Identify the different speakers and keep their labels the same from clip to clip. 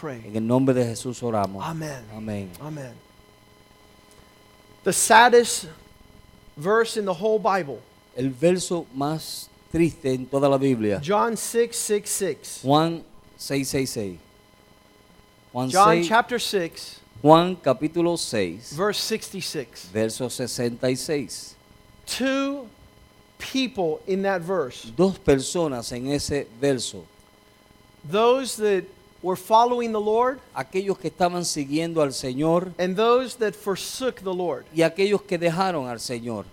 Speaker 1: Pray.
Speaker 2: En el nombre de Jesús oramos.
Speaker 1: Amen.
Speaker 2: Amén.
Speaker 1: Amen. The saddest verse in the whole Bible,
Speaker 2: El verso más triste en toda la Biblia.
Speaker 1: John 6 6 6.
Speaker 2: Juan 666. Juan,
Speaker 1: John
Speaker 2: 6,
Speaker 1: chapter 6,
Speaker 2: Juan capítulo 6,
Speaker 1: verse 66.
Speaker 2: verso 66.
Speaker 1: Two people in that verse,
Speaker 2: Dos personas en ese verso.
Speaker 1: those that were following the Lord
Speaker 2: Aquellos que estaban siguiendo al Señor
Speaker 1: and those that forsook the Lord.
Speaker 2: y aquellos que dejaron al Señor.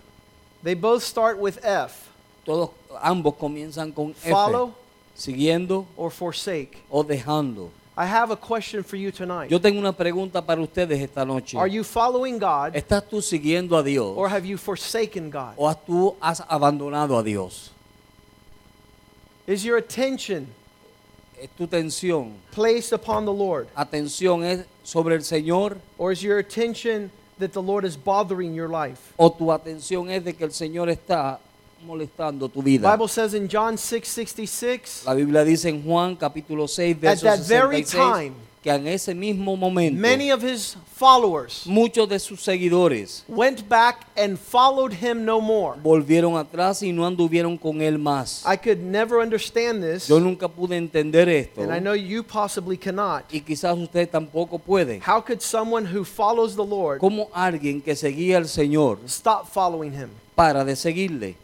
Speaker 1: They both start with F
Speaker 2: Todos, ambos comienzan con F.
Speaker 1: Follow.
Speaker 2: Siguiendo
Speaker 1: or forsake.
Speaker 2: o dejando.
Speaker 1: I have a question for you tonight.
Speaker 2: Yo tengo una pregunta para ustedes esta noche.
Speaker 1: Are you following God
Speaker 2: ¿Estás tú siguiendo a Dios?
Speaker 1: or have you forsaken God?
Speaker 2: ¿O has- tú has abandonado a Dios?
Speaker 1: Is your attention
Speaker 2: ¿Es tu tensión?
Speaker 1: placed upon the Lord?
Speaker 2: ¿Atención es sobre el Señor?
Speaker 1: Or is your attention that the Lord is bothering your life?
Speaker 2: ¿O tu atención es de que el Señor está molestando tu vida?
Speaker 1: Bible says in John 6:66,
Speaker 2: La Biblia dice en Juan capítulo 6, verso
Speaker 1: that very
Speaker 2: 66,
Speaker 1: time,
Speaker 2: que en ese mismo momento
Speaker 1: many of his followers
Speaker 2: muchos de sus seguidores
Speaker 1: went back and followed him no more.
Speaker 2: volvieron atrás y no anduvieron con él más.
Speaker 1: I could never understand this,
Speaker 2: Yo nunca pude entender esto
Speaker 1: and I know you possibly cannot.
Speaker 2: y quizás ustedes tampoco pueden.
Speaker 1: How could someone who follows the Lord
Speaker 2: ¿Cómo alguien que seguía al Señor
Speaker 1: stop following him?
Speaker 2: para de seguirle?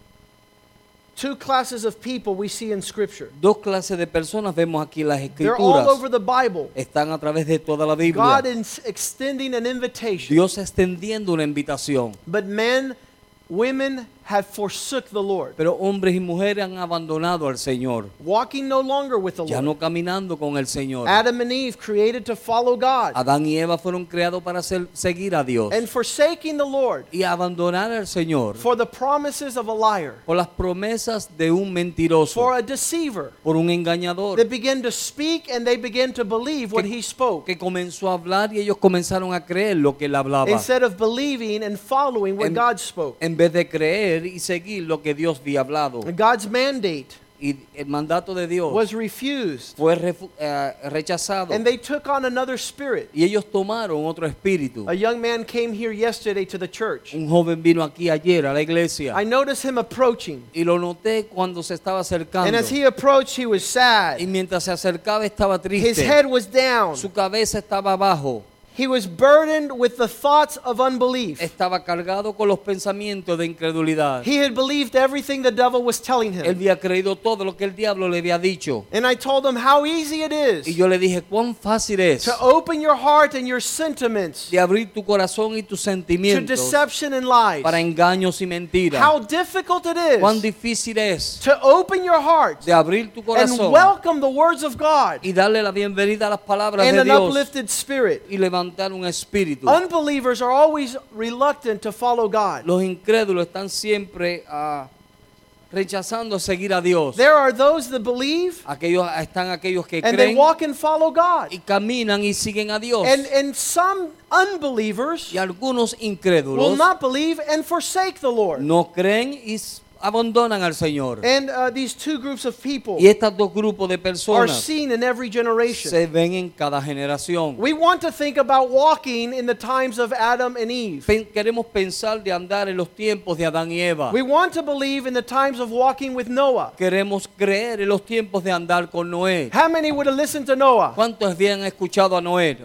Speaker 1: Two classes of people we see in Scripture.
Speaker 2: Dos clases de personas vemos aquí en las
Speaker 1: They're all
Speaker 2: escrituras.
Speaker 1: over the Bible.
Speaker 2: Están a través de toda la Biblia.
Speaker 1: God is extending an invitation.
Speaker 2: Dios extendiendo una invitación.
Speaker 1: But men, women have forsook the Lord,
Speaker 2: Pero hombres y mujeres han abandonado al Señor.
Speaker 1: walking no longer with the
Speaker 2: Ya
Speaker 1: Lord.
Speaker 2: no caminando con el Señor.
Speaker 1: Adam and Eve created to follow God
Speaker 2: Adán y Eva fueron creados para ser- seguir a Dios.
Speaker 1: and forsaking the Lord
Speaker 2: Y abandonar al Señor
Speaker 1: for the promises of a liar,
Speaker 2: por las promesas de un mentiroso.
Speaker 1: for a deceiver.
Speaker 2: Por un engañador.
Speaker 1: They begin to speak and they begin to believe what
Speaker 2: Que-
Speaker 1: he spoke
Speaker 2: Que comenzó a hablar y ellos comenzaron a creer lo que él hablaba.
Speaker 1: instead of believing and following what
Speaker 2: En-
Speaker 1: God spoke.
Speaker 2: En vez de creer y seguir lo que Dios había hablado.
Speaker 1: And God's mandate
Speaker 2: Y el mandato de Dios.
Speaker 1: was refused,
Speaker 2: fue refu- eh, rechazado
Speaker 1: and they took on another spirit.
Speaker 2: y ellos tomaron otro espíritu.
Speaker 1: A young man came here yesterday to the church.
Speaker 2: Un joven vino aquí ayer a la iglesia
Speaker 1: I noticed him approaching.
Speaker 2: y lo noté cuando se estaba
Speaker 1: And
Speaker 2: acercando
Speaker 1: as he approached, he was
Speaker 2: y
Speaker 1: sad.
Speaker 2: mientras se acercaba estaba
Speaker 1: His head
Speaker 2: triste,
Speaker 1: was down.
Speaker 2: su cabeza estaba abajo,
Speaker 1: He was burdened with the thoughts of unbelief.
Speaker 2: estaba cargado con los pensamientos de incredulidad.
Speaker 1: He had believed everything the devil was telling
Speaker 2: Él
Speaker 1: him.
Speaker 2: había creído todo lo que el diablo le había dicho
Speaker 1: And I told him how easy it
Speaker 2: y
Speaker 1: is
Speaker 2: yo le dije cuán fácil es
Speaker 1: to open your heart and your sentiments
Speaker 2: de abrir tu corazón y tus
Speaker 1: to
Speaker 2: sentimientos
Speaker 1: deception and lies.
Speaker 2: para engaños y mentiras.
Speaker 1: How difficult it
Speaker 2: Cuán
Speaker 1: is
Speaker 2: difícil es
Speaker 1: to open your heart
Speaker 2: de abrir tu
Speaker 1: and
Speaker 2: corazón
Speaker 1: welcome the words of God
Speaker 2: y darle la bienvenida a las palabras
Speaker 1: and
Speaker 2: de
Speaker 1: an
Speaker 2: Dios
Speaker 1: uplifted spirit.
Speaker 2: y levantar un espíritu.
Speaker 1: Unbelievers are always reluctant to follow God.
Speaker 2: Los incrédulos están siempre ah, rechazando seguir a Dios.
Speaker 1: There are those that believe
Speaker 2: Aquellos están aquellos que
Speaker 1: and they
Speaker 2: creen
Speaker 1: walk and follow God.
Speaker 2: y caminan y siguen a Dios.
Speaker 1: And and some unbelievers
Speaker 2: Y algunos
Speaker 1: will
Speaker 2: incrédulos
Speaker 1: not believe and forsake the Lord.
Speaker 2: no creen y s- abandonan al Señor.
Speaker 1: And uh, these two groups of people
Speaker 2: Y estos dos grupos de
Speaker 1: are
Speaker 2: personas
Speaker 1: seen in every generation.
Speaker 2: se ven en cada generación.
Speaker 1: We want to think about walking in the times of Adam and Eve.
Speaker 2: Pen- queremos pensar de andar en los tiempos de Adán y Eva.
Speaker 1: We want to believe in the times of walking with Noah.
Speaker 2: Queremos creer en los tiempos de andar con Noé.
Speaker 1: How many would have listened to Noah?
Speaker 2: ¿Cuántos habían escuchado a Noé?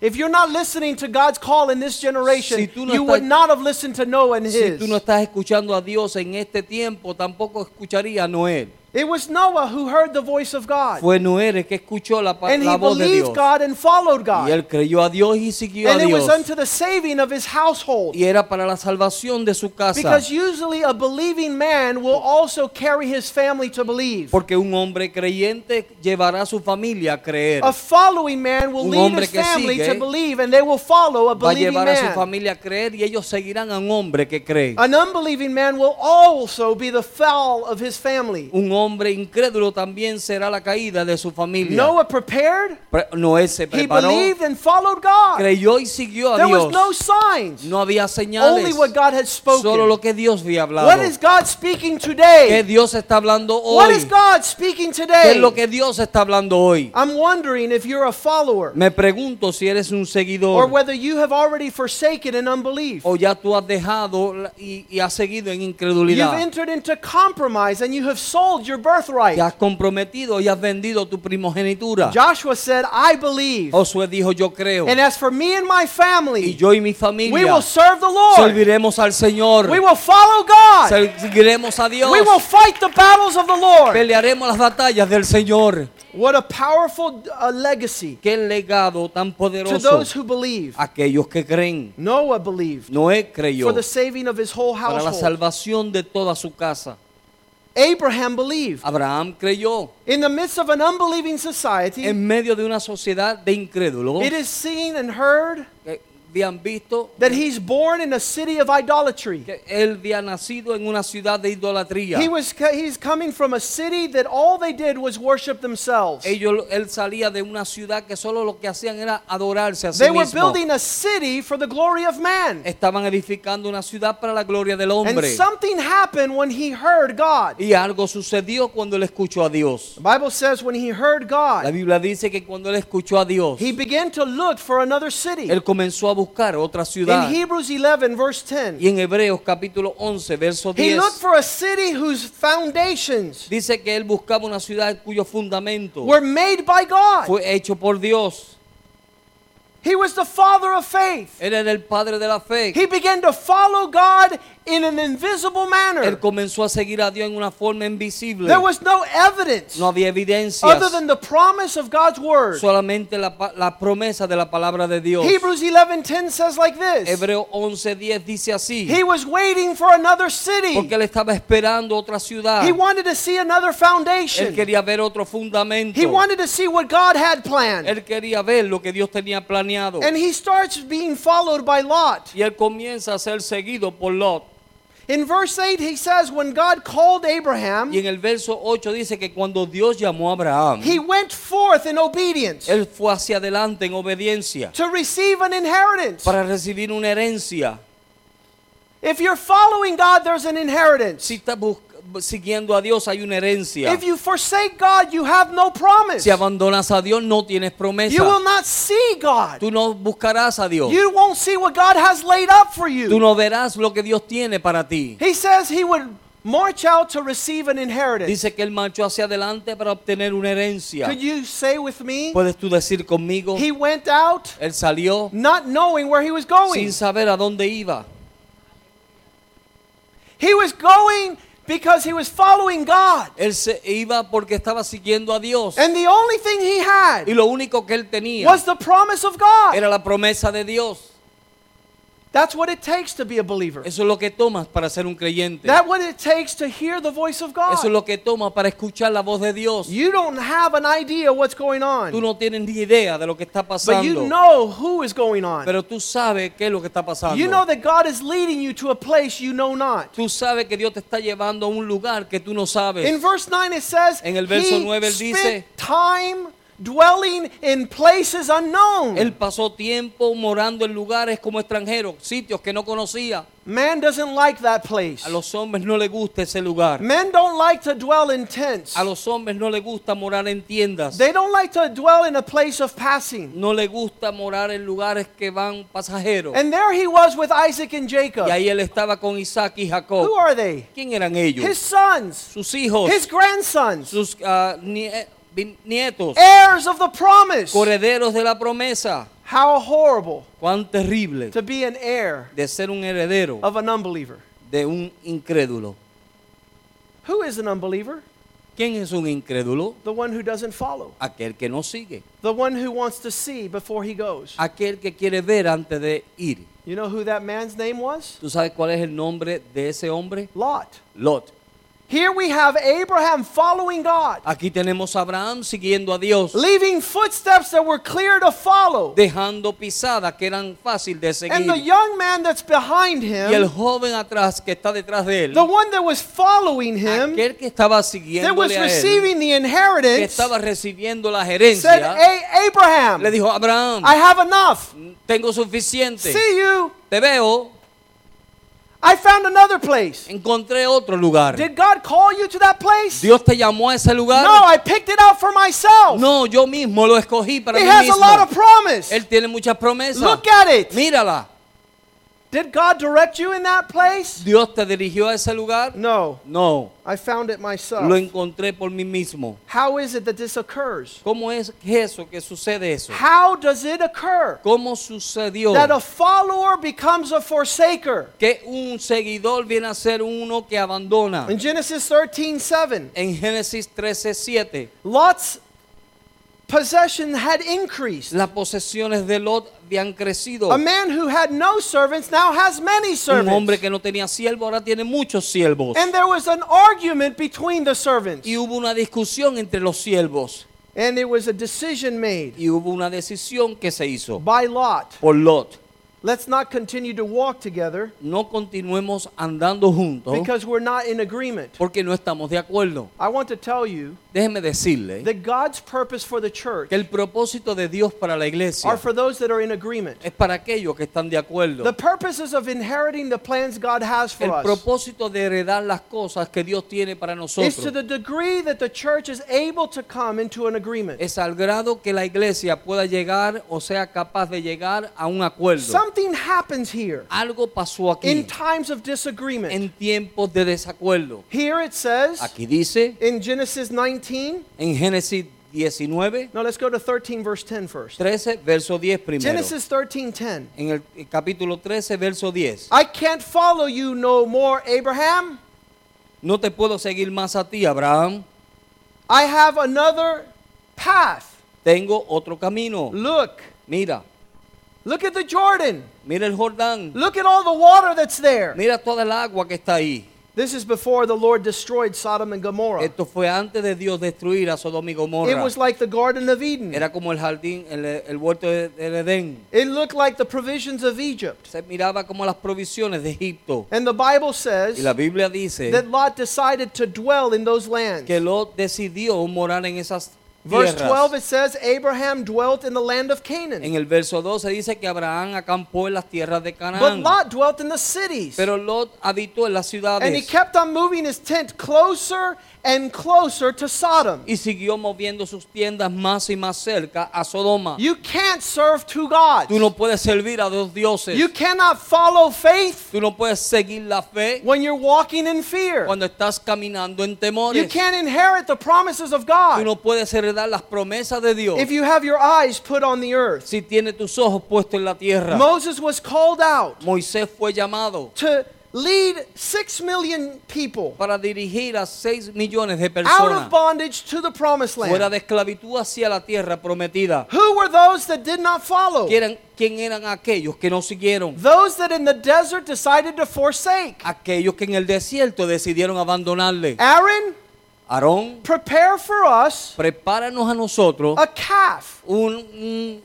Speaker 1: If you're not listening to God's call in this generation,
Speaker 2: Si tú no
Speaker 1: you
Speaker 2: estás-
Speaker 1: would not have listened to Noah and
Speaker 2: Si tú
Speaker 1: his.
Speaker 2: no estás escuchando a Dios en este tiempo, tampoco escucharía a Noé.
Speaker 1: It was Noah who heard the voice of God.
Speaker 2: Fue Noé que escuchó la, pa-
Speaker 1: And
Speaker 2: la
Speaker 1: he
Speaker 2: voz de Dios.
Speaker 1: believed God and followed God.
Speaker 2: Y él creyó a Dios y siguió
Speaker 1: And
Speaker 2: a
Speaker 1: it was
Speaker 2: Dios.
Speaker 1: unto the saving of his household.
Speaker 2: Y era para la salvación de su casa.
Speaker 1: Because usually a believing man will also carry his family to believe.
Speaker 2: Porque un hombre creyente llevará a su familia a creer.
Speaker 1: A following man will
Speaker 2: Un
Speaker 1: lead
Speaker 2: hombre
Speaker 1: his
Speaker 2: que
Speaker 1: family
Speaker 2: sigue
Speaker 1: to believe, and they will follow a
Speaker 2: Va a
Speaker 1: believing
Speaker 2: llevar a su
Speaker 1: man.
Speaker 2: familia a creer y ellos seguirán a un hombre que cree.
Speaker 1: An unbelieving man will also be the fall of his family.
Speaker 2: Un hombre incrédulo también será la caída de su familia.
Speaker 1: Noah prepared,
Speaker 2: Pre- Noé se
Speaker 1: he
Speaker 2: preparó,
Speaker 1: believed and followed God.
Speaker 2: creyó y siguió a
Speaker 1: There was
Speaker 2: Dios.
Speaker 1: no signs,
Speaker 2: No había
Speaker 1: only
Speaker 2: señales,
Speaker 1: what God had
Speaker 2: solo lo
Speaker 1: spoken.
Speaker 2: que Dios había hablado.
Speaker 1: What is God speaking
Speaker 2: ¿Qué
Speaker 1: today?
Speaker 2: Dios está hablando
Speaker 1: What is
Speaker 2: hoy?
Speaker 1: God Ah. speaking
Speaker 2: ¿Qué es lo
Speaker 1: today?
Speaker 2: que Dios está hablando hoy?
Speaker 1: I'm wondering if you're a follower
Speaker 2: Me pregunto si eres un
Speaker 1: or
Speaker 2: seguidor
Speaker 1: whether you have already forsaken in unbelief.
Speaker 2: o ya tú has dejado la- y, y has seguido en
Speaker 1: You've
Speaker 2: incredulidad.
Speaker 1: entered into compromise and you have sold your
Speaker 2: Te has
Speaker 1: birthright.
Speaker 2: comprometido y has vendido tu primogenitura.
Speaker 1: Joshua said, I believe.
Speaker 2: Josué dijo, yo creo.
Speaker 1: And as for me and my
Speaker 2: Y
Speaker 1: family,
Speaker 2: yo y mi
Speaker 1: we
Speaker 2: familia
Speaker 1: will serve the Lord.
Speaker 2: serviremos al Señor.
Speaker 1: We will follow God.
Speaker 2: Seguiremos a Dios.
Speaker 1: We will fight the battles of the Lord.
Speaker 2: Pelearemos las batallas del Señor.
Speaker 1: What a powerful uh, legacy
Speaker 2: Qué legado tan
Speaker 1: to
Speaker 2: poderoso. Ah.
Speaker 1: those who believe.
Speaker 2: Aquellos que creen.
Speaker 1: Noah believed
Speaker 2: Noé creyó
Speaker 1: for the saving of his whole
Speaker 2: para la
Speaker 1: household.
Speaker 2: salvación de toda su casa.
Speaker 1: Abraham believed.
Speaker 2: Abraham creyó
Speaker 1: In the midst of an unbelieving society,
Speaker 2: en medio de una sociedad de incrédulos
Speaker 1: it is seen and heard
Speaker 2: que habían visto
Speaker 1: that he's born in a city of idolatry.
Speaker 2: que él había nacido en una ciudad de idolatría.
Speaker 1: He was co- he's coming from a city that all they did was worship themselves.
Speaker 2: Ellos, él salía de una ciudad que solo lo que hacían era adorarse a sí
Speaker 1: They were
Speaker 2: mismo.
Speaker 1: building a city for the glory of man.
Speaker 2: Estaban edificando una ciudad para la gloria del
Speaker 1: And
Speaker 2: hombre.
Speaker 1: something happened when he heard God.
Speaker 2: Y algo sucedió cuando él escuchó a Dios.
Speaker 1: The Bible says when he heard
Speaker 2: La
Speaker 1: God,
Speaker 2: Biblia dice que cuando él escuchó a Dios,
Speaker 1: he began to look for another city.
Speaker 2: él comenzó a buscar otra
Speaker 1: In
Speaker 2: ciudad.
Speaker 1: Hebrews 11 verse 10,
Speaker 2: Y en Hebreos capítulo 11, verso
Speaker 1: he
Speaker 2: 10,
Speaker 1: looked for a city whose foundations
Speaker 2: dice que él buscaba una ciudad cuyo fundamento
Speaker 1: were made by God.
Speaker 2: fue hecho por Dios.
Speaker 1: He was the father of faith.
Speaker 2: Él era el padre de la fe.
Speaker 1: He began to follow God in an invisible manner.
Speaker 2: Él comenzó a seguir a Dios en una forma invisible.
Speaker 1: There was no evidence
Speaker 2: No había evidencias,
Speaker 1: other than the promise of God's word.
Speaker 2: solamente la, pa- la promesa de la palabra de Dios.
Speaker 1: Hebrews 11:10 says like this.
Speaker 2: Hebreos 11, 10 dice así.
Speaker 1: He was waiting for another
Speaker 2: Porque
Speaker 1: city.
Speaker 2: él estaba esperando otra ciudad.
Speaker 1: He wanted to see another
Speaker 2: Él
Speaker 1: foundation.
Speaker 2: quería ver otro fundamento.
Speaker 1: He wanted to see what God had planned.
Speaker 2: Él quería ver lo que Dios tenía planeado.
Speaker 1: And he starts being followed by Lot.
Speaker 2: Y él comienza a ser seguido por Lot.
Speaker 1: In verse 8 he says when God called Abraham,
Speaker 2: Y en el verso 8 dice que cuando Dios llamó a Abraham,
Speaker 1: he went forth in obedience
Speaker 2: él fue hacia adelante en obediencia
Speaker 1: to receive an inheritance.
Speaker 2: para recibir una herencia.
Speaker 1: If you're following God, there's an inheritance.
Speaker 2: Si estás bus- siguiendo a Dios hay una herencia.
Speaker 1: If you forsake God, you have no promise.
Speaker 2: Si abandonas a Dios no tienes
Speaker 1: You will
Speaker 2: promesa.
Speaker 1: not see God.
Speaker 2: Tú no buscarás a Dios.
Speaker 1: You won't see what God has laid up for
Speaker 2: Tú
Speaker 1: you.
Speaker 2: no verás lo que Dios tiene para ti.
Speaker 1: He says he would march out to receive an inheritance.
Speaker 2: Dice que él marchó hacia adelante para obtener una herencia.
Speaker 1: Could you say with me?
Speaker 2: ¿Puedes tú decir conmigo?
Speaker 1: He went out
Speaker 2: Él salió
Speaker 1: not knowing where he was
Speaker 2: sin
Speaker 1: going.
Speaker 2: saber a dónde iba.
Speaker 1: He was going because he was following God.
Speaker 2: Él se iba porque estaba siguiendo a Dios.
Speaker 1: And the only thing he
Speaker 2: Y
Speaker 1: had
Speaker 2: lo único que él tenía
Speaker 1: was the promise of God.
Speaker 2: era la promesa de Dios.
Speaker 1: That's what it takes to be a believer.
Speaker 2: Eso es lo que tomas para ser un creyente.
Speaker 1: That's what it takes to hear the voice of
Speaker 2: Eso es
Speaker 1: God.
Speaker 2: lo que tomas para escuchar la voz de Dios.
Speaker 1: You don't have an idea what's going
Speaker 2: Tú
Speaker 1: on,
Speaker 2: no tienes ni idea de lo que está
Speaker 1: but you
Speaker 2: pasando.
Speaker 1: know who is going on.
Speaker 2: Pero tú sabes qué es lo que está
Speaker 1: You know
Speaker 2: pasando.
Speaker 1: that God is leading you to a place you know not.
Speaker 2: Tú sabes que Dios te está llevando a un lugar que tú no
Speaker 1: In
Speaker 2: sabes.
Speaker 1: verse 9 it says,
Speaker 2: En el verso
Speaker 1: he
Speaker 2: 9 él dice-
Speaker 1: spent time dwelling in places unknown.
Speaker 2: Él pasó tiempo morando en lugares como extranjeros, sitios que no conocía.
Speaker 1: Man doesn't like that place.
Speaker 2: A los hombres no les gusta ese lugar.
Speaker 1: Men don't like to dwell in tents.
Speaker 2: A los hombres no les gusta morar en tiendas.
Speaker 1: They don't like to dwell in a place of passing.
Speaker 2: No les gusta morar en lugares que van pasajeros.
Speaker 1: And there he was with Isaac and Jacob.
Speaker 2: Y ahí él estaba con Isaac y
Speaker 1: Who
Speaker 2: Jacob.
Speaker 1: are they?
Speaker 2: ¿Quién eran ellos?
Speaker 1: His sons,
Speaker 2: sus hijos,
Speaker 1: his grandsons,
Speaker 2: sus ah, nie- vi- nietos,
Speaker 1: heirs of the promise.
Speaker 2: herederos de la promesa.
Speaker 1: How horrible
Speaker 2: Cuán terrible
Speaker 1: to be an heir
Speaker 2: de ser un heredero
Speaker 1: Ah. of an unbeliever.
Speaker 2: de un incrédulo.
Speaker 1: Who is an unbeliever?
Speaker 2: ¿Quién es un incrédulo?
Speaker 1: The one who doesn't follow.
Speaker 2: Aquel que no sigue.
Speaker 1: The one who wants to see before he goes.
Speaker 2: Aquel que quiere ver antes de ir.
Speaker 1: You know who that man's name was?
Speaker 2: ¿Tú sabes cuál es el nombre de ese hombre?
Speaker 1: Lot.
Speaker 2: Lot.
Speaker 1: Here we have Abraham following God,
Speaker 2: Aquí tenemos a Abraham siguiendo a Dios,
Speaker 1: leaving footsteps that were clear to follow.
Speaker 2: dejando pisadas que eran fácil de
Speaker 1: And the
Speaker 2: seguir.
Speaker 1: young man that's behind
Speaker 2: Y el
Speaker 1: him,
Speaker 2: joven atrás que está detrás de él,
Speaker 1: the one that was following him,
Speaker 2: aquel que estaba
Speaker 1: that
Speaker 2: siguiendo a
Speaker 1: was
Speaker 2: él,
Speaker 1: receiving the
Speaker 2: que
Speaker 1: inheritance,
Speaker 2: estaba recibiendo la
Speaker 1: said,
Speaker 2: gerencia,
Speaker 1: Hey, Abraham,
Speaker 2: le dijo, Abraham,
Speaker 1: I have enough.
Speaker 2: tengo suficiente,
Speaker 1: See you.
Speaker 2: te veo,
Speaker 1: I found another place.
Speaker 2: encontré otro lugar.
Speaker 1: Did God call you to that place?
Speaker 2: Dios te llamó a ese lugar.
Speaker 1: No, I picked it out for myself.
Speaker 2: No, yo mismo lo escogí para
Speaker 1: It
Speaker 2: mí
Speaker 1: has a lot of
Speaker 2: mismo.
Speaker 1: promise.
Speaker 2: Él tiene muchas promesas.
Speaker 1: Look at it.
Speaker 2: Mírala.
Speaker 1: Did God direct you in that place?
Speaker 2: Dios te dirigió a ese lugar.
Speaker 1: No,
Speaker 2: No,
Speaker 1: I found it
Speaker 2: lo
Speaker 1: myself.
Speaker 2: encontré por mí mismo.
Speaker 1: How is it that this occurs?
Speaker 2: ¿Cómo es que eso que sucede eso?
Speaker 1: How does it occur
Speaker 2: ¿Cómo sucedió
Speaker 1: that a follower becomes a forsaker?
Speaker 2: que un seguidor viene a ser uno que abandona?
Speaker 1: In Genesis 13 7,
Speaker 2: En Génesis 13, 7,
Speaker 1: Lot's possession had increased.
Speaker 2: las posesiones de Lot habían crecido.
Speaker 1: A man who had no servants now has many
Speaker 2: Un hombre
Speaker 1: servants.
Speaker 2: que no tenía siervo ahora tiene muchos siervos.
Speaker 1: And there was an argument between the servants.
Speaker 2: Y hubo una discusión entre los siervos.
Speaker 1: And it was a decision made
Speaker 2: Y hubo una decisión que se hizo
Speaker 1: by Lot.
Speaker 2: por Lot.
Speaker 1: Let's not continue to walk together
Speaker 2: No continuemos andando juntos
Speaker 1: because we're not in agreement.
Speaker 2: porque no estamos de acuerdo.
Speaker 1: I want to tell you
Speaker 2: Déjeme decirle
Speaker 1: that God's purpose for the church
Speaker 2: que el propósito de Dios para la
Speaker 1: are
Speaker 2: iglesia
Speaker 1: for those that are in agreement.
Speaker 2: es para aquellos que están de
Speaker 1: The
Speaker 2: acuerdo.
Speaker 1: purposes of inheriting the plans God has for
Speaker 2: El
Speaker 1: us
Speaker 2: propósito de heredar las cosas que Dios tiene para
Speaker 1: is to the
Speaker 2: nosotros
Speaker 1: degree that the church is able to come into an agreement.
Speaker 2: es al grado que la iglesia pueda llegar o sea capaz de llegar a un acuerdo.
Speaker 1: Something happens here
Speaker 2: Algo pasó
Speaker 1: in
Speaker 2: aquí
Speaker 1: times of disagreement.
Speaker 2: en tiempos de desacuerdo.
Speaker 1: Here it says
Speaker 2: Aquí dice
Speaker 1: in Genesis 19,
Speaker 2: en Génesis 19,
Speaker 1: no, let's go to 13 verse 10 first.
Speaker 2: 13, verso 10 primero.
Speaker 1: Genesis 13 10.
Speaker 2: En el eh, capítulo 13, verso 10.
Speaker 1: I can't follow you no more, Abraham.
Speaker 2: No te puedo seguir más a ti, Abraham.
Speaker 1: I have another path.
Speaker 2: Tengo otro camino.
Speaker 1: Look.
Speaker 2: Mira,
Speaker 1: Look at the Jordan.
Speaker 2: mira el Jordán.
Speaker 1: Look at all the water that's there.
Speaker 2: Mira toda el agua que está ahí.
Speaker 1: This is before the Lord destroyed Sodom and Gomorrah.
Speaker 2: Esto fue antes de Dios destruir a Sodoma y
Speaker 1: It
Speaker 2: Gomorra.
Speaker 1: was like the Garden of Eden.
Speaker 2: Era como el jardín, el, el huerto de- del Edén.
Speaker 1: It looked like the provisions of Egypt.
Speaker 2: Se miraba como las provisiones de Egipto.
Speaker 1: And the Bible
Speaker 2: Y
Speaker 1: says
Speaker 2: la Biblia dice
Speaker 1: that Lot decided to dwell in those
Speaker 2: que
Speaker 1: lands.
Speaker 2: Lot decidió morar en esas
Speaker 1: Verse 12
Speaker 2: tierras.
Speaker 1: it says Abraham dwelt in the land of Canaan.
Speaker 2: En el verso 12 dice que Abraham acampó en las tierras de
Speaker 1: But
Speaker 2: Canaán.
Speaker 1: Lot dwelt in the cities.
Speaker 2: Pero Lot habitó en las
Speaker 1: And he
Speaker 2: ciudades
Speaker 1: kept on moving his tent closer and closer to Sodom.
Speaker 2: y siguió moviendo sus tiendas más y más cerca a Sodoma.
Speaker 1: You can't serve two gods.
Speaker 2: Tú no puedes servir a dos dioses.
Speaker 1: You cannot follow faith
Speaker 2: Tú no puedes seguir la fe
Speaker 1: when you're walking in fear.
Speaker 2: cuando estás caminando en
Speaker 1: You
Speaker 2: temores.
Speaker 1: can't inherit the promises of
Speaker 2: Tú
Speaker 1: God
Speaker 2: no puedes heredar las promesas de Dios
Speaker 1: if you have your eyes put on the earth.
Speaker 2: si tienes tus ojos puestos en la tierra.
Speaker 1: Moses was called out
Speaker 2: Moisés fue llamado
Speaker 1: to lead six million people
Speaker 2: para dirigir a 6 millones de
Speaker 1: out of
Speaker 2: personas
Speaker 1: bondage to the promised
Speaker 2: fuera
Speaker 1: land.
Speaker 2: de esclavitud hacia la tierra prometida.
Speaker 1: Who were those that did not follow?
Speaker 2: ¿Quién eran, quién eran aquellos que no siguieron?
Speaker 1: Those that in the desert decided to forsake.
Speaker 2: Aquellos que en el desierto decidieron abandonarle.
Speaker 1: Aaron,
Speaker 2: Aarón,
Speaker 1: prepare for us
Speaker 2: prepáranos a nosotros
Speaker 1: a calf.
Speaker 2: un, un,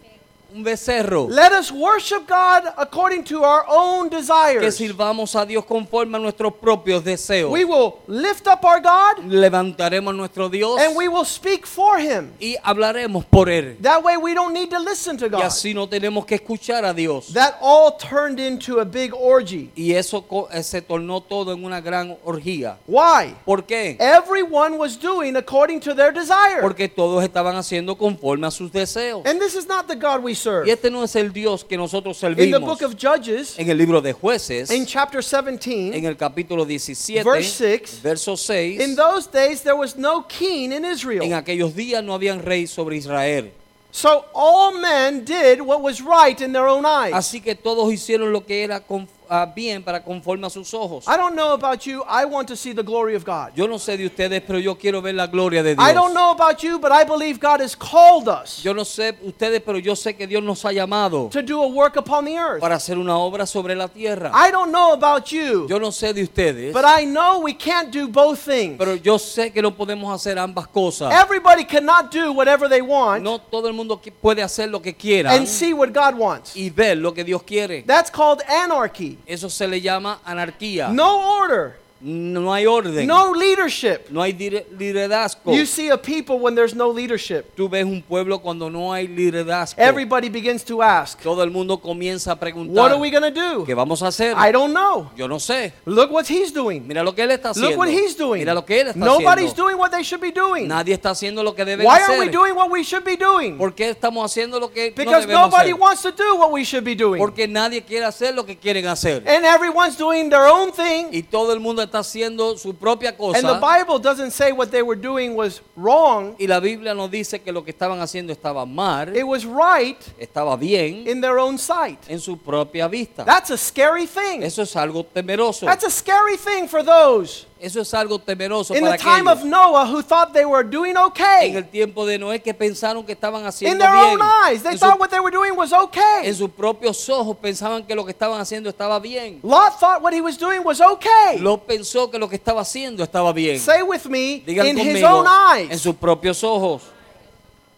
Speaker 2: un becerro
Speaker 1: Let us worship God according to our own
Speaker 2: que
Speaker 1: desires.
Speaker 2: sirvamos a Dios conforme a nuestros propios deseos.
Speaker 1: We will lift up our God
Speaker 2: Levantaremos a nuestro Dios
Speaker 1: and we will speak for him.
Speaker 2: y hablaremos por Él.
Speaker 1: That way we don't need to listen to
Speaker 2: Y
Speaker 1: God.
Speaker 2: así no tenemos que escuchar a Dios.
Speaker 1: That all turned into a big orgy.
Speaker 2: Y eso co- eh, se tornó todo en una gran orgía.
Speaker 1: Why?
Speaker 2: ¿Por qué?
Speaker 1: Everyone was doing according to their desire.
Speaker 2: Porque todos estaban haciendo conforme a sus deseos.
Speaker 1: And this is not the God we serve.
Speaker 2: Y este no es el Dios que nosotros
Speaker 1: In the
Speaker 2: servimos.
Speaker 1: book of Judges,
Speaker 2: En el libro de jueces,
Speaker 1: in chapter
Speaker 2: en
Speaker 1: 17,
Speaker 2: el capítulo 17,
Speaker 1: Verse six.
Speaker 2: verso 6,
Speaker 1: in those days there was no king in
Speaker 2: En
Speaker 1: Israel.
Speaker 2: aquellos días no habían rey sobre Israel.
Speaker 1: So all men did what was right in their own eyes.
Speaker 2: Así que todos hicieron lo que era con- ah, bien para conforme a sus ojos.
Speaker 1: I don't know about you. I want to see the glory of God.
Speaker 2: Yo no sé de ustedes, pero yo quiero ver la gloria de Dios.
Speaker 1: I don't know about you, but I believe God has called us
Speaker 2: Yo no sé ustedes, pero yo sé que Dios nos ha llamado
Speaker 1: to do a work upon the earth.
Speaker 2: para hacer una obra sobre la tierra.
Speaker 1: I don't know about you,
Speaker 2: Yo no sé de ustedes,
Speaker 1: but I know we can't do both things.
Speaker 2: pero yo sé que no podemos hacer ambas cosas.
Speaker 1: Everybody cannot do whatever they want
Speaker 2: No todo el mundo que- puede hacer lo que quiera
Speaker 1: and see what God wants.
Speaker 2: y ver lo que Dios quiere.
Speaker 1: That's called anarchy.
Speaker 2: Eso se le llama anarquía.
Speaker 1: No order,
Speaker 2: No hay orden.
Speaker 1: no leadership.
Speaker 2: No hay dire- liderazgo.
Speaker 1: You see a people when there's no leadership.
Speaker 2: Tú ves un pueblo cuando no hay liderazgo.
Speaker 1: Everybody begins to ask,
Speaker 2: Todo el mundo comienza a preguntar.
Speaker 1: What are we going to
Speaker 2: ¿Qué
Speaker 1: do?
Speaker 2: vamos a hacer?
Speaker 1: I don't know.
Speaker 2: Yo no sé.
Speaker 1: Look what he's doing.
Speaker 2: Mira lo que él está haciendo.
Speaker 1: Look what he's doing.
Speaker 2: Mira lo que él está
Speaker 1: Nobody's
Speaker 2: haciendo.
Speaker 1: doing what they should be doing.
Speaker 2: Nadie está haciendo lo que debe
Speaker 1: Why
Speaker 2: hacer.
Speaker 1: are we doing what we should be doing?
Speaker 2: ¿Por qué estamos haciendo lo que no
Speaker 1: Because
Speaker 2: debemos
Speaker 1: nobody
Speaker 2: hacer?
Speaker 1: wants to do what we should be doing.
Speaker 2: Porque nadie quiere hacer lo que quieren hacer.
Speaker 1: And everyone's doing their own thing.
Speaker 2: Y todo el mundo está haciendo su propia
Speaker 1: And the
Speaker 2: cosa.
Speaker 1: Bible doesn't say what they were doing was wrong,
Speaker 2: Y la Biblia nos dice que lo que estaban haciendo estaba mal,
Speaker 1: it was right
Speaker 2: estaba bien
Speaker 1: in their own sight.
Speaker 2: en su propia vista.
Speaker 1: That's a scary thing.
Speaker 2: Eso es algo temeroso.
Speaker 1: That's a scary thing for those
Speaker 2: Eso es algo temeroso
Speaker 1: in the
Speaker 2: para
Speaker 1: time
Speaker 2: aquellos
Speaker 1: of Noah who thought they were doing
Speaker 2: en
Speaker 1: okay.
Speaker 2: el tiempo de Noé que pensaron que estaban haciendo
Speaker 1: In their own
Speaker 2: bien.
Speaker 1: eyes, they
Speaker 2: en, su-
Speaker 1: thought what they were doing was
Speaker 2: en
Speaker 1: okay.
Speaker 2: sus propios ojos pensaban que lo que estaban haciendo estaba bien.
Speaker 1: Lot thought what he was doing was okay.
Speaker 2: Lot pensó que lo que estaba haciendo estaba bien.
Speaker 1: Say with me,
Speaker 2: Digan
Speaker 1: in his
Speaker 2: conmigo,
Speaker 1: own
Speaker 2: en
Speaker 1: eyes.
Speaker 2: sus propios ojos.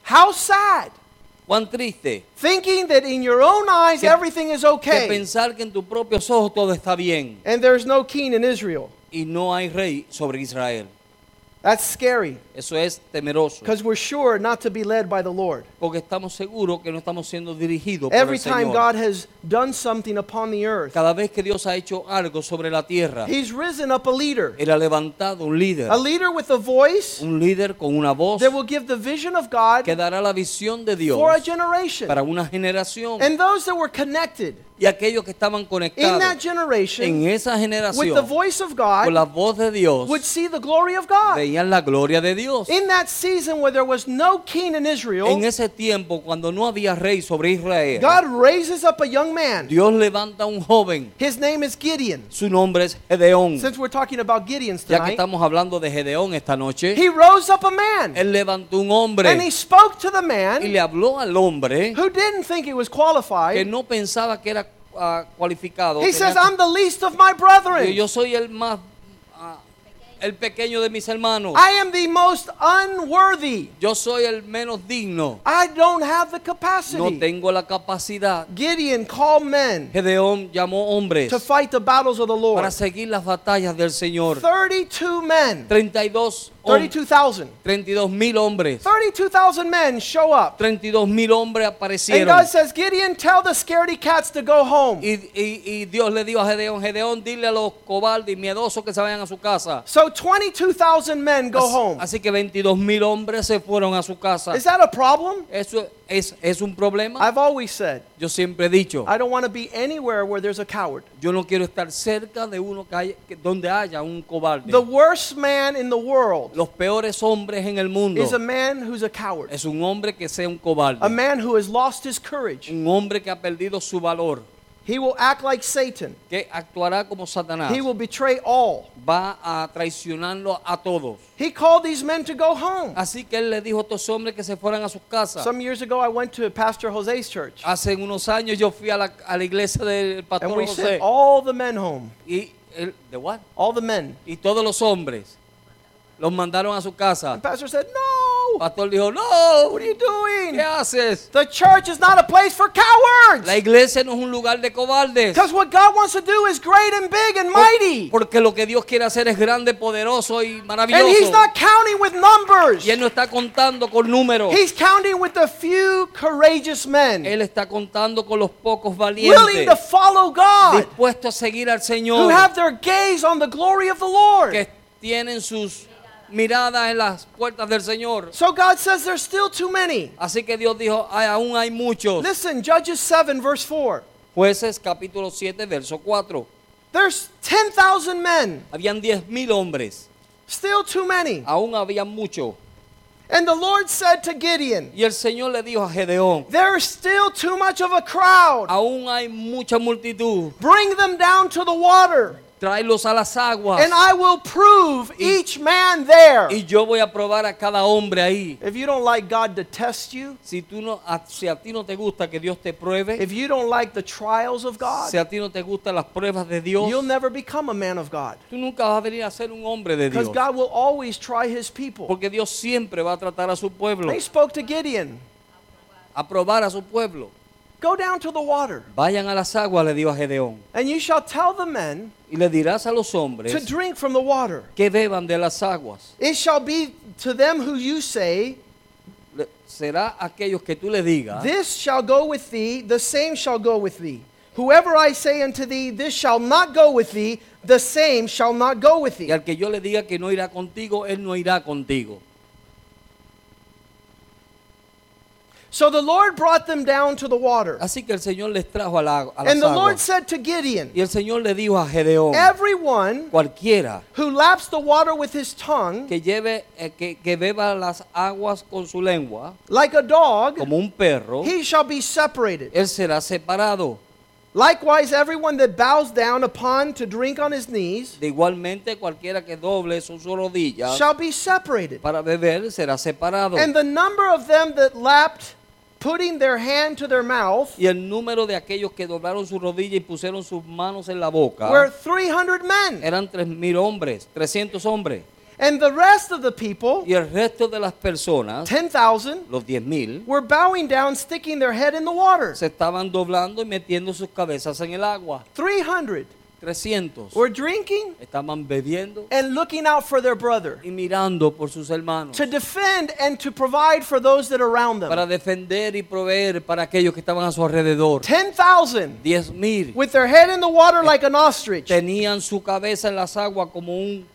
Speaker 1: How sad.
Speaker 2: Cuán triste
Speaker 1: Thinking that in your own eyes
Speaker 2: Que-
Speaker 1: everything is
Speaker 2: que
Speaker 1: okay.
Speaker 2: pensar que en tus propios ojos todo está bien
Speaker 1: And there's no king in Israel.
Speaker 2: y no hay rey sobre Israel.
Speaker 1: That's scary
Speaker 2: Eso es temeroso.
Speaker 1: because we're sure not to be led by the Lord.
Speaker 2: Porque estamos seguros que no estamos siendo dirigidos por
Speaker 1: Every
Speaker 2: el
Speaker 1: time
Speaker 2: Señor.
Speaker 1: God has done something upon the earth,
Speaker 2: Cada vez que Dios ha hecho algo sobre la tierra,
Speaker 1: He's risen up a leader.
Speaker 2: Él ha levantado un líder.
Speaker 1: A leader with a voice
Speaker 2: Un líder con una voz
Speaker 1: that will give the vision of God
Speaker 2: que dará la visión de Dios
Speaker 1: for a generation.
Speaker 2: para una generación.
Speaker 1: And those that were connected
Speaker 2: Y aquellos que estaban
Speaker 1: in that
Speaker 2: conectados en
Speaker 1: generation
Speaker 2: esa
Speaker 1: with the
Speaker 2: generación
Speaker 1: voice of
Speaker 2: con la
Speaker 1: God
Speaker 2: voz de Dios
Speaker 1: would see the glory of God.
Speaker 2: veían la gloria de Dios.
Speaker 1: In that season where there was no king in
Speaker 2: En
Speaker 1: Israel,
Speaker 2: ese tiempo, cuando no había rey sobre Israel,
Speaker 1: God raises up a young man.
Speaker 2: Dios levanta a un joven.
Speaker 1: His name is Gideon.
Speaker 2: Su nombre es Gedeón.
Speaker 1: Since we're talking about Gideon's
Speaker 2: Ya que
Speaker 1: tonight,
Speaker 2: estamos hablando de Gedeón esta noche,
Speaker 1: he rose up a man
Speaker 2: él levantó un
Speaker 1: and he
Speaker 2: hombre
Speaker 1: spoke to the
Speaker 2: y
Speaker 1: man
Speaker 2: le habló al hombre
Speaker 1: who didn't think he was
Speaker 2: que
Speaker 1: qualified.
Speaker 2: no pensaba que era ah, cualificado.
Speaker 1: He
Speaker 2: tenía
Speaker 1: says,
Speaker 2: que-
Speaker 1: I'm the least of my
Speaker 2: Yo-
Speaker 1: brethren.
Speaker 2: Yo soy el más, ah, el pequeño de mis hermanos.
Speaker 1: I am the most unworthy.
Speaker 2: Yo soy el menos digno.
Speaker 1: I don't have the
Speaker 2: No
Speaker 1: capacity.
Speaker 2: tengo la capacidad.
Speaker 1: Gideon called men
Speaker 2: Gedeón llamó hombres
Speaker 1: to fight the battles of the
Speaker 2: para
Speaker 1: Lord.
Speaker 2: seguir las batallas del Señor.
Speaker 1: 32 men,
Speaker 2: 32 hom-
Speaker 1: 32,000.
Speaker 2: 32 mil hombres.
Speaker 1: 32,000 men show up.
Speaker 2: 32 mil hombres
Speaker 1: And
Speaker 2: aparecieron.
Speaker 1: God says, Gideon, tell the scaredy cats to go home.
Speaker 2: Y, y- y Dios le dijo a Gedeón, Gedeón, dile a los cobardes y miedosos que se vayan a su casa.
Speaker 1: So 22,000 men go
Speaker 2: Así-
Speaker 1: home.
Speaker 2: Así que 22 mil hombres se fueron a su casa.
Speaker 1: Is that a problem?
Speaker 2: ¿Eso es, es un problema?
Speaker 1: I've always said,
Speaker 2: Yo siempre he dicho,
Speaker 1: I don't want to be anywhere where there's a coward.
Speaker 2: yo no quiero estar cerca de uno que haya- que- donde haya un cobarde.
Speaker 1: The worst man in the world
Speaker 2: Los peores hombres en el mundo
Speaker 1: is a man who's a coward,
Speaker 2: es un hombre que sea un cobarde.
Speaker 1: a man who has lost his courage.
Speaker 2: Un hombre que ha perdido su valor,
Speaker 1: He will act like Satan,
Speaker 2: que actuará como Satanás.
Speaker 1: he will betray all.
Speaker 2: Va a traicionarlo a todos.
Speaker 1: He called these men to go home.
Speaker 2: Así que él le dijo a estos hombres que se fueran a sus casas.
Speaker 1: Some years ago, I went to Pastor Jose's church,
Speaker 2: Hace unos años yo fui a la, a la iglesia del pastor
Speaker 1: and we "Oh."
Speaker 2: José
Speaker 1: sent all the men home.
Speaker 2: y, el- ¿de what?
Speaker 1: All the men.
Speaker 2: y todos los hombres los mandaron a su casa.
Speaker 1: The pastor said,
Speaker 2: El
Speaker 1: No!
Speaker 2: pastor dijo, no,
Speaker 1: What are you doing?
Speaker 2: ¿qué haces?
Speaker 1: The church is not a place for cowards!
Speaker 2: La iglesia no es un lugar de cobardes.
Speaker 1: Because what God wants to do is great and big and mighty.
Speaker 2: Porque lo que Dios quiere hacer es grande, poderoso y
Speaker 1: And He's
Speaker 2: maravilloso.
Speaker 1: not counting with numbers.
Speaker 2: Y Él no está contando con números.
Speaker 1: He's counting with the few courageous men
Speaker 2: Él está contando con los pocos
Speaker 1: willing
Speaker 2: valientes,
Speaker 1: to follow God,
Speaker 2: dispuestos a seguir al
Speaker 1: who
Speaker 2: Señor,
Speaker 1: have their gaze on the glory of the Lord.
Speaker 2: que tienen sus miradas en las puertas del Señor.
Speaker 1: So God says there's still too many.
Speaker 2: Así que Dios dijo, "Ay, aún hay muchos.
Speaker 1: Listen, Judges 7, verse 4.
Speaker 2: Jueces capítulo 7, verso 4.
Speaker 1: There's 10,000 men,
Speaker 2: Habían 10.000 hombres,
Speaker 1: still too many.
Speaker 2: aún había muchos.
Speaker 1: And the Lord said to Gideon,
Speaker 2: Y el Señor le dijo a Gedeón,
Speaker 1: There is still too much of a crowd.
Speaker 2: aún hay mucha multitud,
Speaker 1: Bring them down to the water,
Speaker 2: tráelos a las aguas
Speaker 1: and I will prove each man there.
Speaker 2: y yo voy a probar a cada hombre ahí.
Speaker 1: If you don't like God to test you,
Speaker 2: Si, tú no, a- si a ti no te gusta que Dios te pruebe,
Speaker 1: if you don't like the trials of God,
Speaker 2: si a ti no te gustan las pruebas de Dios,
Speaker 1: you'll never become a man of God.
Speaker 2: tú nunca vas a venir a ser un hombre de
Speaker 1: Because
Speaker 2: Dios.
Speaker 1: God will always try his people.
Speaker 2: Porque Dios siempre va a tratar a su pueblo,
Speaker 1: They spoke to Gideon.
Speaker 2: a probar a su pueblo.
Speaker 1: Go down to the water,
Speaker 2: Vayan a las aguas, le dijo a Gedeón,
Speaker 1: and you shall tell the men
Speaker 2: y le dirás a los
Speaker 1: to
Speaker 2: hombres
Speaker 1: drink from the water.
Speaker 2: que beban de las aguas.
Speaker 1: It shall be to them who you say,
Speaker 2: Le- Será aquellos que tú le digas,
Speaker 1: This shall go with thee, the same shall go with thee. Whoever I say unto thee, This shall not go with thee, the same shall not go with
Speaker 2: y
Speaker 1: thee.
Speaker 2: al que yo le diga que no irá contigo, él no irá contigo.
Speaker 1: So the Lord brought them down to the water.
Speaker 2: Así que el Señor les trajo al agua.
Speaker 1: And the Lord said to Gideon,
Speaker 2: Y el Señor le dijo a Gedeón,
Speaker 1: Everyone
Speaker 2: cualquiera
Speaker 1: who laps the water with his tongue,
Speaker 2: que lleve, eh, que, que beba las aguas con su lengua,
Speaker 1: like a dog,
Speaker 2: como un perro,
Speaker 1: he shall be separated.
Speaker 2: él será separado.
Speaker 1: Likewise, everyone that bows down upon to drink on his knees
Speaker 2: De igualmente, cualquiera que doble sus rodillas
Speaker 1: shall be separated.
Speaker 2: para beber será separado.
Speaker 1: And the number of them that lapped, putting their hand to their mouth,
Speaker 2: Y el número de aquellos que doblaron su rodilla y pusieron sus manos en la boca
Speaker 1: were 300 men.
Speaker 2: eran tres mil hombres, 300 hombres.
Speaker 1: And the rest of the people,
Speaker 2: Y el resto de las personas,
Speaker 1: 10,000,
Speaker 2: los 10 mil,
Speaker 1: were bowing down, sticking their head in the water.
Speaker 2: se estaban doblando y metiendo sus cabezas en el agua.
Speaker 1: 300
Speaker 2: 300
Speaker 1: were drinking
Speaker 2: estaban bebiendo
Speaker 1: and looking out for their brother
Speaker 2: y mirando por sus hermanos
Speaker 1: to defend and to provide for those that are around
Speaker 2: para
Speaker 1: them.
Speaker 2: defender y proveer para aquellos que estaban a su alrededor.
Speaker 1: 10,000
Speaker 2: 10 mil
Speaker 1: with their head in the water like an ostrich.
Speaker 2: tenían su cabeza en las aguas como un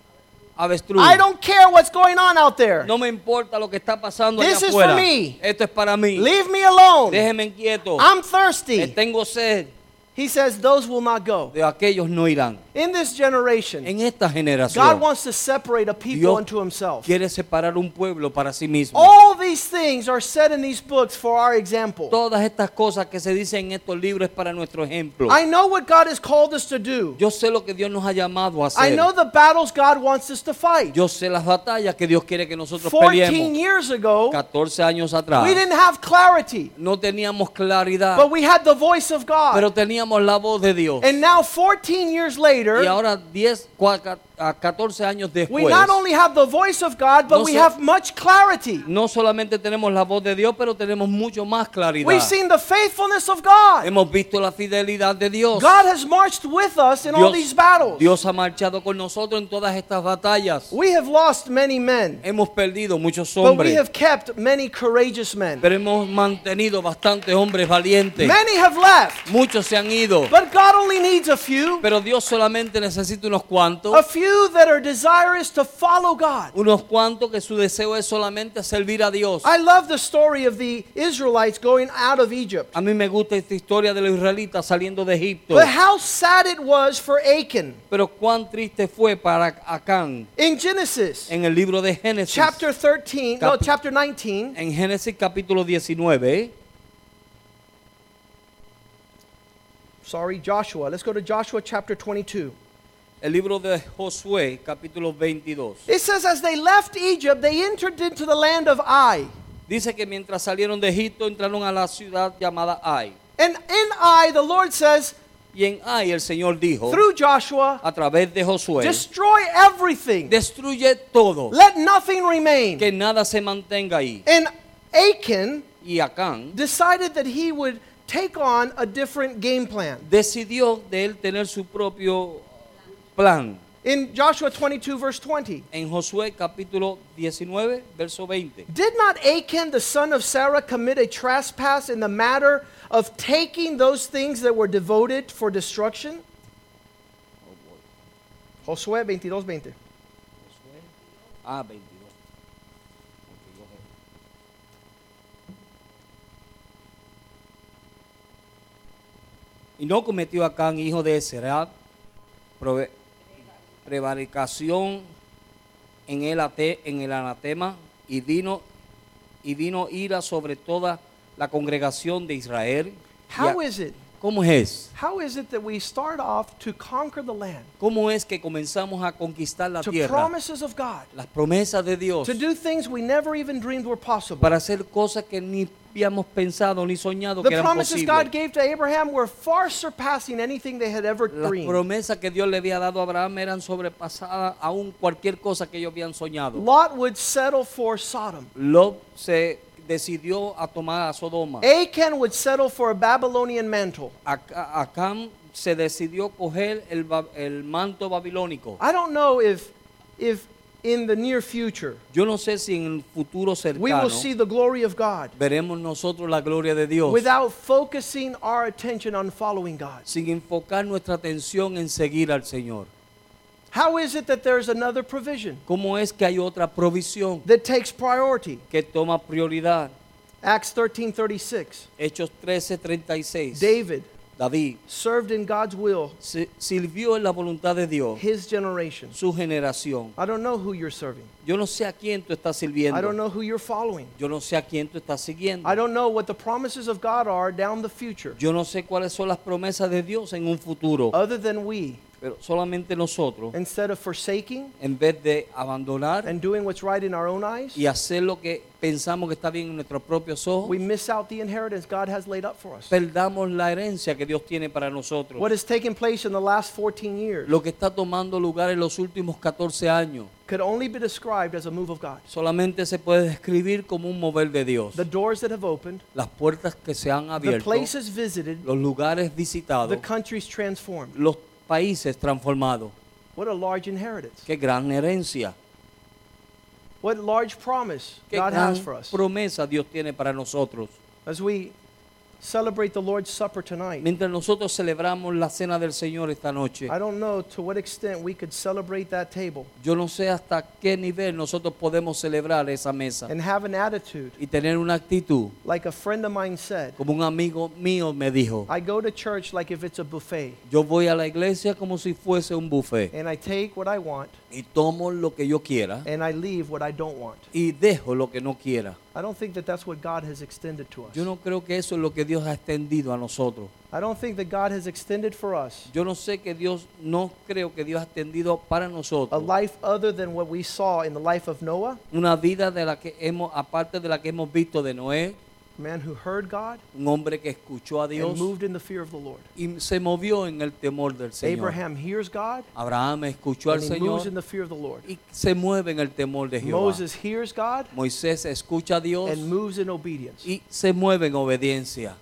Speaker 2: avestruz.
Speaker 1: I don't care what's going on out there.
Speaker 2: No me importa lo que está pasando allá
Speaker 1: This is
Speaker 2: afuera.
Speaker 1: for me.
Speaker 2: Esto es para mí.
Speaker 1: Leave me alone.
Speaker 2: Déjenme quieto.
Speaker 1: I'm
Speaker 2: Eh,
Speaker 1: thirsty.
Speaker 2: Tengo sed.
Speaker 1: He says, Those will not go.
Speaker 2: De aquellos no irán.
Speaker 1: In this generation,
Speaker 2: En esta generación,
Speaker 1: God wants to separate a people
Speaker 2: Dios
Speaker 1: unto Himself.
Speaker 2: quiere separar un pueblo para sí mismo.
Speaker 1: All these things are said in these books for our example.
Speaker 2: Todas estas cosas que se dicen en estos libros es para nuestro ejemplo.
Speaker 1: I know what God has called us to do,
Speaker 2: Yo sé lo que Dios nos ha llamado a
Speaker 1: I
Speaker 2: hacer.
Speaker 1: know the battles God wants us to fight.
Speaker 2: Yo sé las batallas que Dios quiere que nosotros
Speaker 1: 14
Speaker 2: peleemos.
Speaker 1: years ago,
Speaker 2: 14 años atrás
Speaker 1: we didn't have clarity,
Speaker 2: no teníamos claridad,
Speaker 1: but we had the voice of
Speaker 2: pero
Speaker 1: God.
Speaker 2: teníamos la voz de Dios.
Speaker 1: And now, 14 years
Speaker 2: Y
Speaker 1: later,
Speaker 2: ahora 10 cua- ca- a 14 años
Speaker 1: we
Speaker 2: después,
Speaker 1: not only have the voice of God, but
Speaker 2: No
Speaker 1: we
Speaker 2: sé-
Speaker 1: have much clarity.
Speaker 2: no solamente tenemos la voz de Dios, pero tenemos mucho más claridad.
Speaker 1: We've seen the faithfulness of God.
Speaker 2: Hemos visto la fidelidad de Dios.
Speaker 1: God has marched with us in all these
Speaker 2: Dios,
Speaker 1: battles.
Speaker 2: Dios ha marchado con nosotros en todas estas batallas.
Speaker 1: We have lost many men,
Speaker 2: Hemos perdido muchos
Speaker 1: but we
Speaker 2: hombres,
Speaker 1: have kept many courageous men.
Speaker 2: pero hemos mantenido bastantes hombres valientes.
Speaker 1: Many have left,
Speaker 2: Muchos se han ido,
Speaker 1: but God only needs a few.
Speaker 2: pero Dios solamente necesita unos cuantos.
Speaker 1: A few that are desirous to follow God.
Speaker 2: unos cuantos que su deseo es solamente servir a Dios.
Speaker 1: I love the story of the Israelites going out of Egypt.
Speaker 2: A mí me gusta esta historia de los israelitas saliendo de Egipto.
Speaker 1: But how sad it was for Achan.
Speaker 2: Pero cuán triste fue para Acán
Speaker 1: In Genesis
Speaker 2: en el libro de Génesis.
Speaker 1: chapter 13, no,
Speaker 2: Cap-
Speaker 1: chapter 19,
Speaker 2: en Génesis capítulo 19,
Speaker 1: sorry, Joshua. Let's go to Joshua chapter 22.
Speaker 2: el libro de Josué capítulo 22.
Speaker 1: It says, as they left Egypt, they entered into the land of Ai.
Speaker 2: Dice que mientras salieron de Egipto entraron a la ciudad llamada Ai.
Speaker 1: And in Ai, the Lord says,
Speaker 2: Y en Ai el Señor dijo
Speaker 1: through Joshua,
Speaker 2: a través de Josué,
Speaker 1: destroy everything,
Speaker 2: destruye todo,
Speaker 1: let nothing remain.
Speaker 2: que nada se mantenga ahí.
Speaker 1: And Achan
Speaker 2: Y Acán
Speaker 1: decided that he would take on a different game plan.
Speaker 2: decidió de él tener su propio plan.
Speaker 1: In Joshua 22, verse 20,
Speaker 2: En Josué capítulo 19, verso 20.
Speaker 1: did not Achan, the son of Sarah, commit a trespass in the matter of taking those things that were devoted for destruction? Josué 22, 20.
Speaker 2: Ah, 22. Y no cometió Acán, hijo de Serab, prove- prevaricación en el, ate- en el anatema y vino y vino ira sobre toda la congregación de Israel. Y a-
Speaker 1: How is it?
Speaker 2: ¿Cómo es?
Speaker 1: How is it that we start off to conquer the land,
Speaker 2: ¿Cómo es que comenzamos a conquistar la
Speaker 1: to
Speaker 2: tierra?
Speaker 1: promises of God,
Speaker 2: Las promesas de Dios
Speaker 1: to do things we never even dreamed were possible?
Speaker 2: para hacer cosas que ni habíamos pensado ni soñado que
Speaker 1: The
Speaker 2: eran
Speaker 1: promises God
Speaker 2: posibles.
Speaker 1: gave to Abraham were far surpassing anything they had ever
Speaker 2: Las
Speaker 1: dreamed.
Speaker 2: promesas que Dios le había dado a Abraham eran sobrepasadas aún cualquier cosa que ellos habían soñado.
Speaker 1: Lot would settle for Sodom.
Speaker 2: Lot se decidió a tomar a Sodoma.
Speaker 1: Achan would settle for a Babylonian mantle.
Speaker 2: Aca- Acam se decidió coger el, ba- el manto babilónico.
Speaker 1: I don't know if, if in the near future
Speaker 2: Yo no sé si en el futuro
Speaker 1: we will
Speaker 2: cercano
Speaker 1: see the glory of God
Speaker 2: veremos nosotros la gloria de Dios
Speaker 1: without focusing our attention on following God.
Speaker 2: sin enfocar nuestra atención en seguir al Señor.
Speaker 1: How is it that there's another provision
Speaker 2: ¿Cómo es que hay otra provisión
Speaker 1: that takes priority?
Speaker 2: que toma prioridad?
Speaker 1: Acts 13:36.
Speaker 2: Hechos 13:36.
Speaker 1: David
Speaker 2: David
Speaker 1: served in God's will
Speaker 2: si- sirvió en la voluntad de Dios
Speaker 1: his generation.
Speaker 2: su generación.
Speaker 1: I don't know who you're serving.
Speaker 2: Yo no sé a quién tú estás
Speaker 1: I don't
Speaker 2: sirviendo.
Speaker 1: know who you're following.
Speaker 2: Yo no sé a quién tú estás siguiendo.
Speaker 1: I don't know what the promises of God are down the future,
Speaker 2: Yo no sé cuáles son las promesas de Dios en un futuro,
Speaker 1: other than we,
Speaker 2: pero solamente nosotros,
Speaker 1: instead of forsaking
Speaker 2: en vez de abandonar
Speaker 1: and doing what's right in our own eyes,
Speaker 2: y hacer lo que pensamos que está bien en nuestros propios ojos,
Speaker 1: we miss out the inheritance God has laid up for us.
Speaker 2: perdamos la herencia que Dios tiene para nosotros.
Speaker 1: What has taken place in the last 14 years
Speaker 2: Lo que está tomando lugar en los últimos 14 años
Speaker 1: could only be described as a move of God.
Speaker 2: solamente se puede describir como un mover de Dios.
Speaker 1: The doors that have opened,
Speaker 2: Las puertas que se han
Speaker 1: the
Speaker 2: abierto,
Speaker 1: places visited,
Speaker 2: los lugares
Speaker 1: the
Speaker 2: visitados,
Speaker 1: countries transformed.
Speaker 2: los países transformados.
Speaker 1: What a large inheritance.
Speaker 2: Qué gran herencia,
Speaker 1: What large promise
Speaker 2: qué
Speaker 1: God
Speaker 2: gran
Speaker 1: has for us.
Speaker 2: promesa Dios tiene para nosotros.
Speaker 1: As we celebrate the Lord's Supper tonight,
Speaker 2: Mientras nosotros celebramos la cena del Señor esta noche,
Speaker 1: I don't know to what extent we could celebrate that table
Speaker 2: yo no sé hasta qué nivel nosotros podemos celebrar esa mesa
Speaker 1: and have an attitude
Speaker 2: y tener una actitud,
Speaker 1: Like a friend of mine said,
Speaker 2: como un amigo mío me dijo,
Speaker 1: I go to church like if it's a buffet,
Speaker 2: yo voy a la iglesia como si fuese un buffet
Speaker 1: and I take what I want
Speaker 2: y tomo lo que yo quiera
Speaker 1: and I leave what I don't want.
Speaker 2: y dejo lo que no quiera.
Speaker 1: I don't think that that's what God has extended to us.
Speaker 2: Yo no creo que eso es lo que Dios ha extendido a nosotros.
Speaker 1: I don't think that God has extended for us
Speaker 2: Yo no sé que Dios, no creo que Dios ha extendido para
Speaker 1: a
Speaker 2: nosotros
Speaker 1: life other than what we saw in the life of Noah,
Speaker 2: una vida de la que hemos, aparte de la que hemos visto de Noé,
Speaker 1: a man who heard God
Speaker 2: un hombre que escuchó a
Speaker 1: and
Speaker 2: Dios
Speaker 1: moved in the fear of the Lord.
Speaker 2: y se movió en el temor del Señor.
Speaker 1: Abraham hears God
Speaker 2: Abraham escuchó al
Speaker 1: and he moves
Speaker 2: Señor
Speaker 1: in the fear of the Lord.
Speaker 2: y se mueve en el temor de Jehová.
Speaker 1: Moses hears God
Speaker 2: Moisés escucha a Dios
Speaker 1: and moves in obedience.
Speaker 2: y se mueve en obediencia.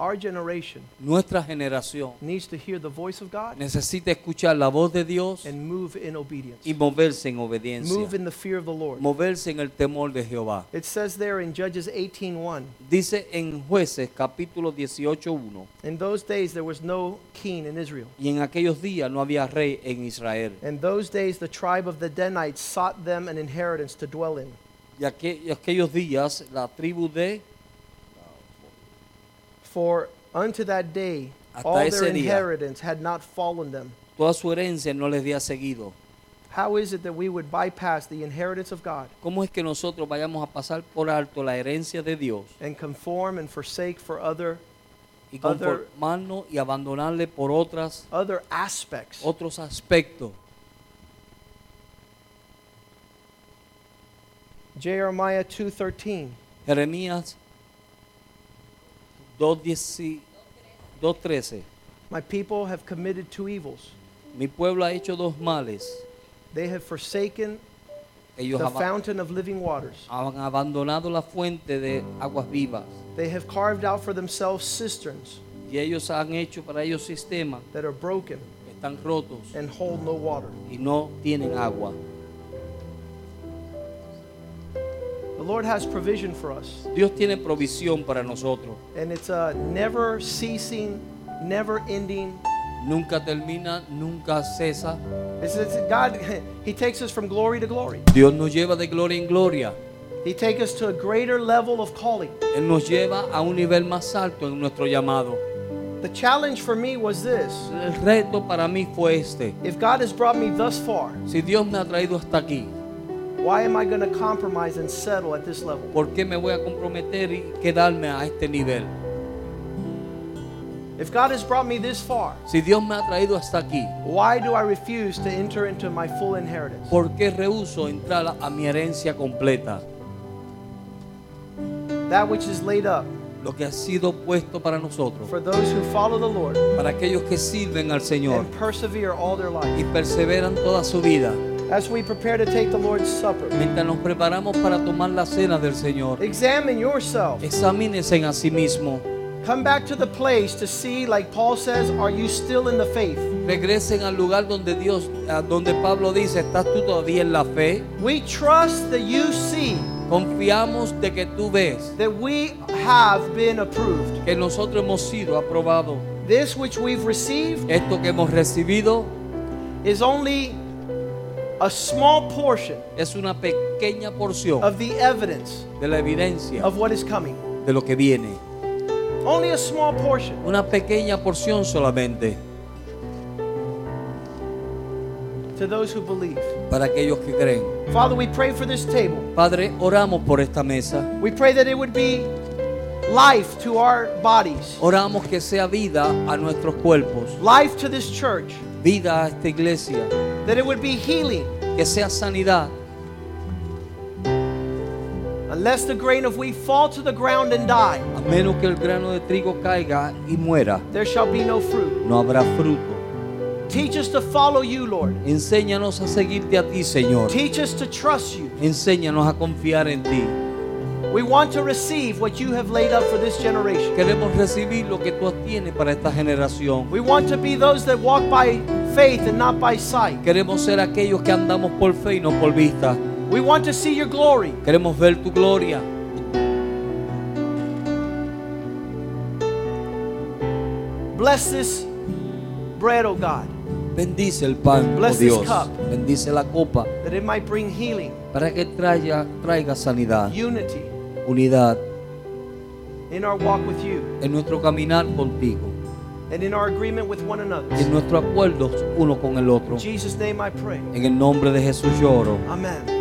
Speaker 1: Our generation
Speaker 2: Nuestra generación
Speaker 1: needs to hear the voice of God
Speaker 2: necesita escuchar la voz de Dios
Speaker 1: and move in obedience.
Speaker 2: y moverse en obediencia,
Speaker 1: Move in the fear of the Lord.
Speaker 2: moverse en el temor de Jehová.
Speaker 1: It says there in Judges 18:1,
Speaker 2: Dice en jueces capítulo 18.1,
Speaker 1: in those days there was no king in Israel.
Speaker 2: y en aquellos días no había rey en Israel.
Speaker 1: In those days the tribe of the Danites sought them an inheritance to dwell in.
Speaker 2: Y aque- y aquellos días la tribu de
Speaker 1: For unto that day
Speaker 2: Hasta
Speaker 1: all
Speaker 2: ese
Speaker 1: their
Speaker 2: día.
Speaker 1: inheritance had not fallen them.
Speaker 2: toda su herencia no les había seguido.
Speaker 1: How is it that we would bypass the inheritance of God
Speaker 2: ¿Cómo es que nosotros vayamos a pasar por alto la herencia de Dios
Speaker 1: and conform and forsake for other
Speaker 2: y
Speaker 1: Other-
Speaker 2: conformarnos y abandonarle por otras,
Speaker 1: other aspects?
Speaker 2: otros aspectos?
Speaker 1: Jeremiah 2:13.
Speaker 2: Jeremías 2.10 2.13
Speaker 1: My people have committed two evils.
Speaker 2: Mi pueblo ha hecho dos males.
Speaker 1: They have forsaken
Speaker 2: Ellos
Speaker 1: the
Speaker 2: aba-
Speaker 1: fountain of living waters.
Speaker 2: han abandonado la fuente de aguas vivas
Speaker 1: They have carved out for themselves cisterns
Speaker 2: y ellos han hecho para ellos sistemas
Speaker 1: that are broken
Speaker 2: que están rotos
Speaker 1: and hold no water.
Speaker 2: y no tienen agua.
Speaker 1: The Lord has provision for us,
Speaker 2: Dios tiene provisión para nosotros.
Speaker 1: and it's a never ceasing, never ending.
Speaker 2: Nunca termina, nunca cesa.
Speaker 1: It's, it's God, He takes us from glory to glory.
Speaker 2: Dios nos lleva de gloria en gloria.
Speaker 1: He takes us to a greater level of calling.
Speaker 2: Él nos lleva a un nivel más alto en nuestro llamado.
Speaker 1: The challenge for me was this
Speaker 2: El reto para mí fue este.
Speaker 1: if God has brought me thus far,
Speaker 2: Si Dios me ha traído hasta aquí,
Speaker 1: Why am I going to compromise and settle at this level?
Speaker 2: ¿Por qué me voy a comprometer y quedarme a este nivel?
Speaker 1: If God has brought me this far,
Speaker 2: Si Dios me ha traído hasta aquí,
Speaker 1: why do I refuse to enter into my full inheritance?
Speaker 2: ¿por qué rehuso entrar a mi herencia completa?
Speaker 1: That which is laid up
Speaker 2: Lo que ha sido puesto para nosotros,
Speaker 1: for those who follow the Lord
Speaker 2: para aquellos que sirven al Señor
Speaker 1: and persevere all their
Speaker 2: y
Speaker 1: life.
Speaker 2: perseveran toda su vida,
Speaker 1: As we prepare to take the Lord's Supper,
Speaker 2: mientras nos preparamos para tomar la cena del Señor.
Speaker 1: examine yourself.
Speaker 2: Examínense a sí mismo.
Speaker 1: Come back to the place to see, like Paul says, are you still in the faith?
Speaker 2: Regresen al lugar donde Dios, a donde Pablo dice, ¿estás tú todavía en la fe?
Speaker 1: We trust that you see
Speaker 2: Confiamos de que tú ves
Speaker 1: that we have been approved.
Speaker 2: que nosotros hemos sido aprobados.
Speaker 1: This which we've received
Speaker 2: Esto que hemos recibido
Speaker 1: is only a small portion
Speaker 2: es una pequeña porción
Speaker 1: of the evidence
Speaker 2: de la evidencia
Speaker 1: of what is coming.
Speaker 2: de lo que viene.
Speaker 1: Only a small portion.
Speaker 2: Una pequeña porción solamente
Speaker 1: to those who believe.
Speaker 2: para aquellos que creen.
Speaker 1: Father, we pray for this table.
Speaker 2: Padre, oramos por esta mesa.
Speaker 1: We pray that it would be life to our bodies,
Speaker 2: Oramos que sea vida a nuestros cuerpos,
Speaker 1: life to this church,
Speaker 2: vida a esta iglesia,
Speaker 1: that it would be healing.
Speaker 2: que sea sanidad.
Speaker 1: Unless the grain of wheat fall to the ground and die,
Speaker 2: A menos que el grano de trigo caiga y muera,
Speaker 1: there shall be no fruit.
Speaker 2: no habrá fruto.
Speaker 1: Teach us to follow you, Lord.
Speaker 2: Enséñanos a seguirte a ti, Señor.
Speaker 1: Teach us to trust you.
Speaker 2: Enséñanos a confiar en ti.
Speaker 1: We want to receive what you have laid up for this generation.
Speaker 2: Queremos recibir lo que tú tienes para esta generación.
Speaker 1: We want to be those that walk by faith and not by sight.
Speaker 2: Queremos ser aquellos que andamos por fe y no por vista.
Speaker 1: We want to see your glory.
Speaker 2: Queremos ver tu gloria.
Speaker 1: Bless this bread, O God,
Speaker 2: Bendice el pan, oh
Speaker 1: Bless this
Speaker 2: Dios.
Speaker 1: cup.
Speaker 2: Bendice la copa
Speaker 1: that it might bring healing,
Speaker 2: para que traiga, traiga sanidad,
Speaker 1: unity
Speaker 2: unidad
Speaker 1: in our walk with you.
Speaker 2: en nuestro caminar contigo,
Speaker 1: and in our agreement with one
Speaker 2: en
Speaker 1: another.
Speaker 2: nuestro acuerdo uno con el otro.
Speaker 1: In Jesus' name I pray.
Speaker 2: En el nombre de Jesús lloro.
Speaker 1: Amen.